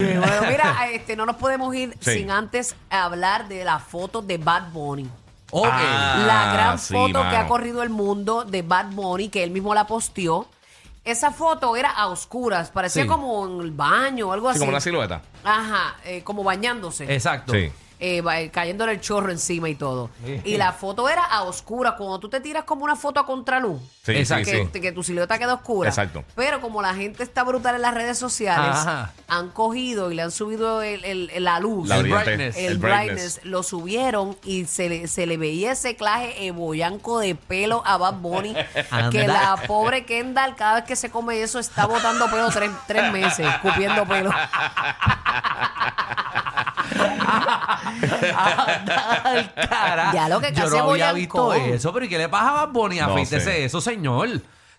Bueno, mira, a este, no nos podemos ir Sí. sin antes hablar de la foto de Bad Bunny. Ok. Ah. la gran sí, foto que mano. ha corrido el mundo de Bad Bunny, que él mismo la posteó. Esa foto era a oscuras, parecía Sí. como en el baño o algo Sí, así. como una silueta. Ajá, eh, como bañándose. Exacto. Sí. eh, ba- eh, cayéndole el chorro encima y todo. Sí. Y la foto era a oscuras, cuando tú te tiras como una foto a contraluz. Sí, Exacto. sí, Que, sí. que tu silueta queda oscura. Exacto. Pero como la gente está brutal en las redes sociales, Ajá. han cogido y le han subido el- el- la luz. La El brillante- brightness. El, brightness. lo subieron y se le, se le veía ese claje ebollanco de pelo a Bad Bunny. que Anda. la pobre Kendall, cada vez que se come eso, está botando pelo tres, tres meses, escupiendo pelo. Anda al carajo. Ya lo que Yo casi no voy había al visto con. eso, pero ¿y qué le pasa a Bad Bunny? No Afeítese sé. eso, señor.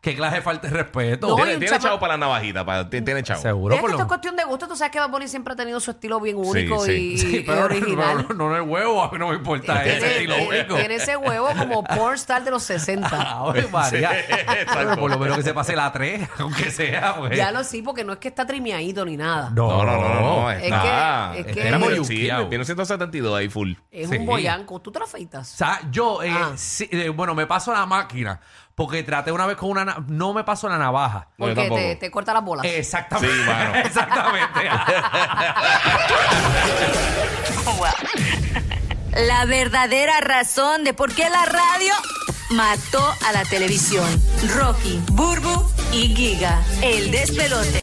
Qué clase de falta de respeto. No, Tiene, y un tiene chama- chavo para la navajita, para, tiene, tiene chavo. Seguro, Es que por esto lo es cuestión de gusto. Tú sabes que Bad Bunny siempre ha tenido su estilo bien Sí, único sí. y, Sí, y pero, original. pero no en el huevo, a mí no me importa tiene, ese estilo tiene- único. tiene ese huevo como pornstar de los 60. Ay, Ah, María. exacto. Pero por lo menos que se pase la 3, aunque sea, pues. Ya lo sí, porque no es que está trimeadito ni nada. No, no, no, no, no. Es eh. Es, que- nada. es es que- que Era era muy muy yuquiao. Tiene 172 ahí full. Es Sí. un boyanco. ¿Tú te lo afeitas? O sea, yo, eh, Ah. sí, eh, bueno, me paso la máquina, porque traté una vez con una... na- No me paso la navaja. No, yo Porque te, tampoco. Eh, te corta las bolas. Exactamente. Sí, mano. Exactamente. La verdadera razón de por qué la radio mató a la televisión. Rocky, Burbu y Giga. El despelote.